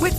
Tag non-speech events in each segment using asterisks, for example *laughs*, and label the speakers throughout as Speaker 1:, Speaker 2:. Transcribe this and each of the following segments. Speaker 1: With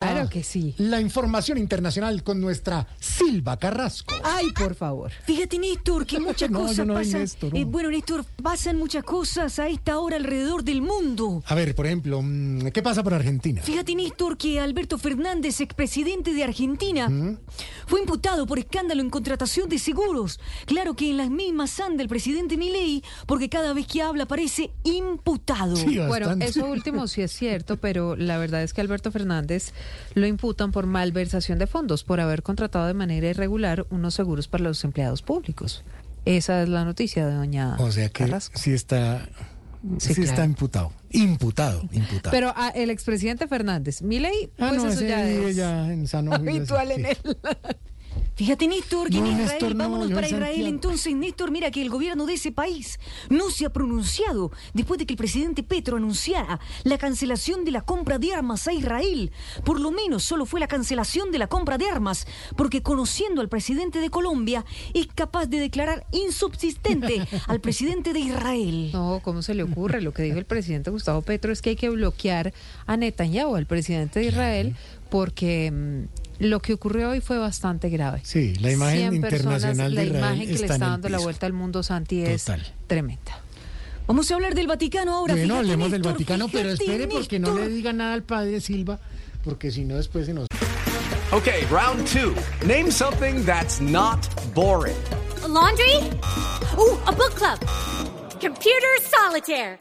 Speaker 2: Claro que sí.
Speaker 3: La información internacional con nuestra Silva Carrasco.
Speaker 2: Ay, por favor.
Speaker 4: Fíjate, Néstor, que
Speaker 3: *laughs*
Speaker 4: muchas
Speaker 3: No, yo
Speaker 4: cosas
Speaker 3: no,
Speaker 4: pasan.
Speaker 3: Néstor, no.
Speaker 4: Eh, bueno, Néstor, pasan muchas cosas a esta hora alrededor del mundo.
Speaker 3: A ver, por ejemplo, mm, ¿qué pasa por Argentina?
Speaker 4: Fíjate, Néstor, que Alberto Fernández, expresidente de Argentina,
Speaker 3: ¿Mm?
Speaker 4: fue imputado por escándalo en contratación de seguros. Claro que en las mismas anda el presidente Milei, porque cada vez que habla parece imputado.
Speaker 3: Sí,
Speaker 2: Bueno,
Speaker 3: bastante.
Speaker 2: eso último sí es cierto, pero la verdad es que Alberto Fernández lo imputan por malversación de fondos, por haber contratado de manera irregular unos seguros para los empleados públicos. Esa es la noticia de doña
Speaker 3: O sea que
Speaker 2: Carrasco.
Speaker 3: sí está, sí
Speaker 2: Sí, claro.
Speaker 3: está imputado. Imputado, imputado.
Speaker 2: Pero ah, el expresidente Fernández, Milei,
Speaker 3: ah,
Speaker 2: pues
Speaker 3: no,
Speaker 2: eso
Speaker 3: ese
Speaker 2: ya es
Speaker 3: ya en sano juicio,
Speaker 2: *laughs* habitual
Speaker 3: sí.
Speaker 2: en él.
Speaker 4: Fíjate, Néstor, que
Speaker 3: No,
Speaker 4: en Israel,
Speaker 3: Néstor, no,
Speaker 4: vámonos
Speaker 3: yo
Speaker 4: para
Speaker 3: en
Speaker 4: Israel.
Speaker 3: Santiago.
Speaker 4: Entonces, Néstor, mira que el gobierno de ese país no se ha pronunciado después de que el presidente Petro anunciara la cancelación de la compra de armas a Israel. Por lo menos solo fue la cancelación de la compra de armas, porque conociendo al presidente de Colombia, es capaz de declarar
Speaker 3: *laughs*
Speaker 4: insubsistente al presidente de Israel.
Speaker 2: No, ¿cómo se le ocurre? Lo que dijo el presidente Gustavo Petro es que hay que bloquear a Netanyahu, al presidente de Israel, porque mm, lo que ocurrió hoy fue bastante grave.
Speaker 3: Sí, la imagen
Speaker 2: 100 personas,
Speaker 3: internacional de Israel
Speaker 2: La imagen que
Speaker 3: está en
Speaker 2: le está
Speaker 3: el
Speaker 2: dando la
Speaker 3: piso.
Speaker 2: vuelta al mundo, Santi, es
Speaker 3: Total.
Speaker 2: tremenda.
Speaker 4: Vamos a hablar del Vaticano ahora.
Speaker 3: Bueno,
Speaker 4: Fíjate,
Speaker 3: hablemos del
Speaker 4: Néstor,
Speaker 3: Vaticano, pero
Speaker 4: fíjate,
Speaker 3: espere porque no
Speaker 4: Néstor.
Speaker 3: le diga nada al padre Silva, porque si no después se nos...
Speaker 5: Okay, round two. Name something that's not boring.
Speaker 6: laundry? Ooh, a book club. Computer solitaire,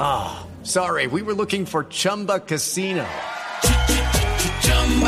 Speaker 6: huh?
Speaker 5: Sorry, we were looking for Chumba Casino.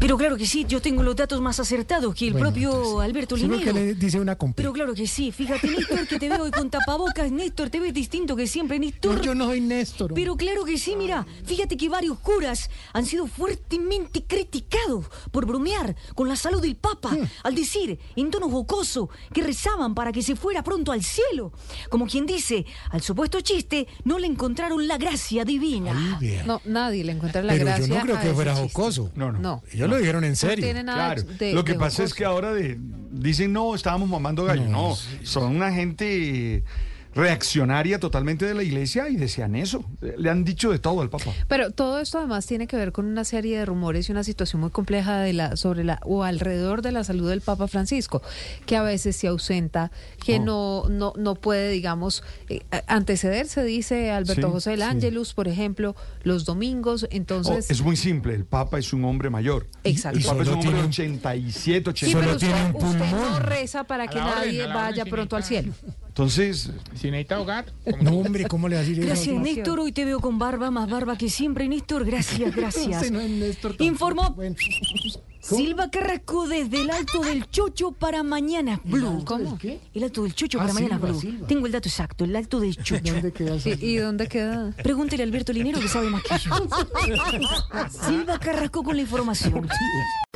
Speaker 4: Pero claro que sí, yo tengo los datos más acertados que el
Speaker 3: Bueno,
Speaker 4: propio
Speaker 3: entonces,
Speaker 4: Alberto
Speaker 3: seguro
Speaker 4: Linero.
Speaker 3: que le dice una compi.
Speaker 4: Pero claro que sí, fíjate Néstor que te veo hoy con tapabocas, Néstor, te ves distinto que siempre, Néstor.
Speaker 3: No, yo no soy Néstor.
Speaker 4: Pero claro que sí, mira, fíjate que varios curas han sido fuertemente criticados por bromear con la salud del Papa,
Speaker 3: Hmm.
Speaker 4: al decir, en tono jocoso, que rezaban para que se fuera pronto al cielo. Como quien dice, al supuesto chiste no le encontraron la gracia divina.
Speaker 3: Ay, vea.
Speaker 2: No, nadie le encuentra la
Speaker 3: Pero
Speaker 2: gracia.
Speaker 3: yo no creo
Speaker 2: a
Speaker 3: que
Speaker 2: ese
Speaker 3: fuera
Speaker 2: chiste.
Speaker 3: jocoso.
Speaker 7: No, no.
Speaker 2: No.
Speaker 3: Ellos lo dijeron en serio.
Speaker 2: No tiene nada
Speaker 7: Claro.
Speaker 2: de-
Speaker 7: Lo que
Speaker 2: de
Speaker 7: pasa es
Speaker 2: jocoso.
Speaker 7: que ahora de- dicen, no, estábamos mamando gallo. No, son una gente reaccionaria totalmente de la iglesia y decían eso. Le han dicho de todo al Papa.
Speaker 2: Pero todo esto además tiene que ver con una serie de rumores y una situación muy compleja de la, sobre la o alrededor de la salud del Papa Francisco, que a veces se ausenta, que
Speaker 7: Oh.
Speaker 2: no no no puede, digamos, eh, a- antecederse, dice Alberto
Speaker 7: Sí,
Speaker 2: José del Ángelus, por ejemplo, los domingos,
Speaker 7: Oh,
Speaker 2: entonces
Speaker 7: es muy simple, el Papa es un hombre mayor.
Speaker 2: Exacto.
Speaker 7: El Papa es
Speaker 3: Solo
Speaker 7: un hombre de
Speaker 3: tiene un-
Speaker 7: 87,
Speaker 2: Sí, pero
Speaker 7: 88.
Speaker 3: solo tiene
Speaker 2: usted,
Speaker 3: un
Speaker 2: usted no
Speaker 3: pulmón.
Speaker 2: reza para que
Speaker 8: la orden,
Speaker 2: nadie
Speaker 8: a la
Speaker 2: vaya
Speaker 8: orden,
Speaker 2: pronto al cielo.
Speaker 8: señorita.
Speaker 7: Entonces,
Speaker 8: Si necesita ahogar,
Speaker 3: No, hombre, ¿cómo le va a decir eso?
Speaker 4: Gracias,
Speaker 2: Gracias.
Speaker 4: Néstor. Hoy te veo con barba, más barba que siempre, Néstor. Gracias,
Speaker 3: *laughs*
Speaker 4: gracias.
Speaker 3: Ese no es Néstor tampoco.
Speaker 4: Informó
Speaker 3: Bueno.
Speaker 4: Silva Carrasco desde el Alto del Chocho para Mañana Blue.
Speaker 2: ¿Cómo?
Speaker 3: ¿Qué?
Speaker 4: El Alto del Chocho
Speaker 3: Ah,
Speaker 4: para Mañana
Speaker 3: Silva,
Speaker 4: Blue.
Speaker 3: Silva.
Speaker 4: Tengo el dato exacto, el Alto del Chocho.
Speaker 3: ¿Dónde queda esa-
Speaker 2: ¿Y, y dónde queda?
Speaker 4: Pregúntele a Alberto Linero que sabe más que yo.
Speaker 3: *laughs*
Speaker 4: Silva Carrasco con la información.